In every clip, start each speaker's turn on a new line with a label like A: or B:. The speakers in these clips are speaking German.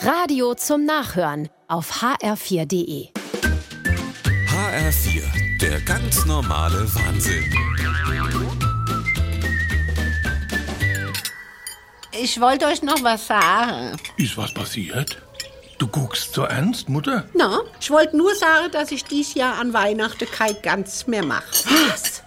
A: Radio zum Nachhören auf hr4.de.
B: HR4, der ganz normale Wahnsinn.
C: Ich wollte euch noch was sagen.
D: Ist was passiert? Du guckst so ernst, Mutter?
C: Na, ich wollte nur sagen, dass ich dies Jahr an Weihnachten kein Gans mehr mache.
E: Was?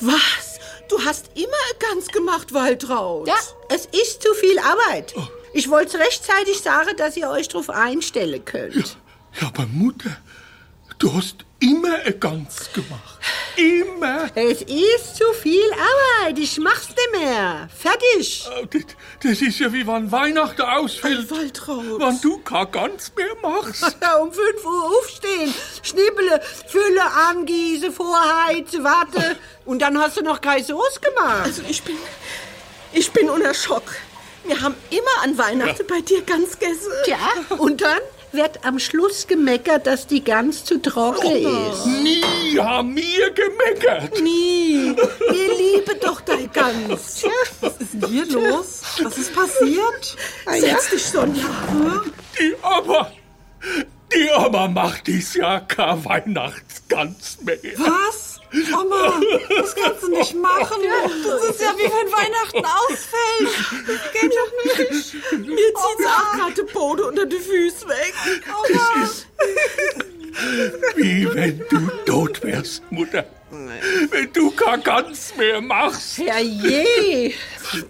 E: Was? Du hast immer ganz gemacht, Waltraud.
C: Ja, es ist zu viel Arbeit. Ich wollte rechtzeitig sagen, dass ihr euch drauf einstellen könnt.
D: Ja, aber Mutter, du hast immer ein Gans gemacht. Immer.
C: Es ist zu viel Arbeit. Ich mach's nicht mehr. Fertig.
D: Äh, Das, das ist ja wie wann Weihnachten ausfällt.
E: Waltraud.
D: Wann du kein Gans mehr machst.
C: Ja, um 5 Uhr aufstehen, schnippele, fülle, angieße, vorheize, warte. Und dann hast du noch keine Soße gemacht.
E: Also ich bin, ich bin unter Schock. Wir haben immer an Weihnachten bei dir ganz gegessen.
C: Tja, und dann wird am Schluss gemeckert, dass die Gans zu trocken
E: Oh.
C: ist.
D: Nie haben wir gemeckert.
E: Nie.
C: Wir lieben doch dein Gans.
E: Was ist denn hier los? Was ist passiert? Setz dich, Sonja.
D: Die aber, die aber macht dies Jahr kein Weihnachtsgans mehr.
E: Was? Oma, das kannst du nicht machen. Das ist ja wie wenn Weihnachten ausfällt. Geht doch nicht. Mir zieht's auch gerade den Boden unter die Füße weg. Oma.
D: Wie wenn du tot wärst, Mutter. Wenn du kein Gans mehr machst.
C: Herrje,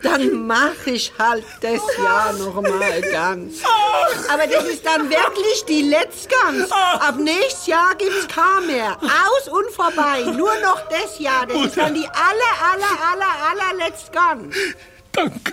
C: dann mach ich halt das Jahr noch mal Gans. Aber das ist dann wirklich die Letztgans. Ab nächstes Jahr gibt's kein mehr. Aus und vorbei. Nur noch das Jahr. Das ist dann die aller, aller, aller, aller Letztgans.
D: Danke,